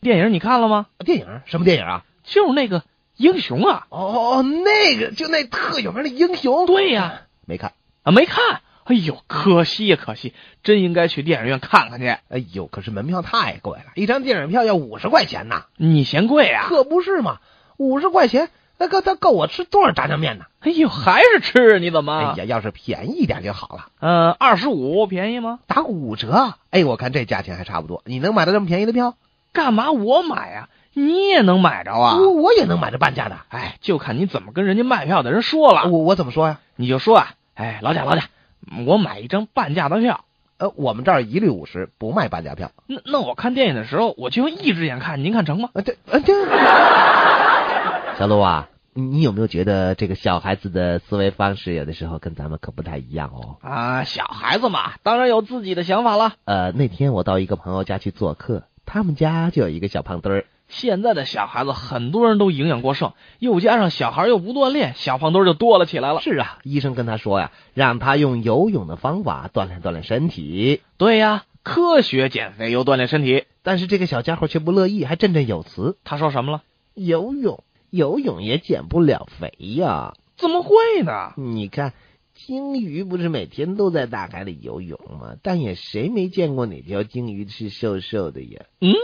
电影你看了吗？电影什么电影啊？就是那个英雄啊，哦哦哦，那个就那特有名的英雄。嗯对呀没看。啊，没看。哎呦，可惜呀，可惜，真应该去电影院看看去。哎呦，可是门票太贵了，一张电影票要五十块钱呐。你嫌贵啊？可不是嘛，五十块钱，那个他够我吃多少炸酱面呢？哎呦，还是吃？你怎么？哎呀，要是便宜一点就好了，呃，二十五便宜吗？打五折。哎，我看这价钱还差不多。你能买到这么便宜的票？干嘛我买啊？你也能买着啊？我我也能买这半价的。哎，就看你怎么跟人家卖票的人说了。我我怎么说呀？你就说啊，哎，老贾老贾，我买一张半价的票。呃，我们这儿一律五十，不卖半价票。那那我看电影的时候，我就用一只眼看，您看成吗？啊，这啊这。 小鹿啊，你你有没有觉得这个小孩子的思维方式有的时候跟咱们可不太一样哦？啊，小孩子嘛，当然有自己的想法了。呃，那天我到一个朋友家去做客，他们家就有一个小胖墩儿。现在的小孩子，很多人都营养过剩，又加上小孩又不锻炼，小胖墩儿就多了起来了。是啊，医生跟他说呀、让他用游泳的方法锻炼锻炼身体。对呀，科学减肥又锻炼身体。但是这个小家伙却不乐意，还振振有词：“他说什么了？游泳，游泳也减不了肥呀！怎么会呢？你看，鲸鱼不是每天都在大海里游泳吗？但也谁没见过哪条鲸鱼是瘦瘦的呀？嗯，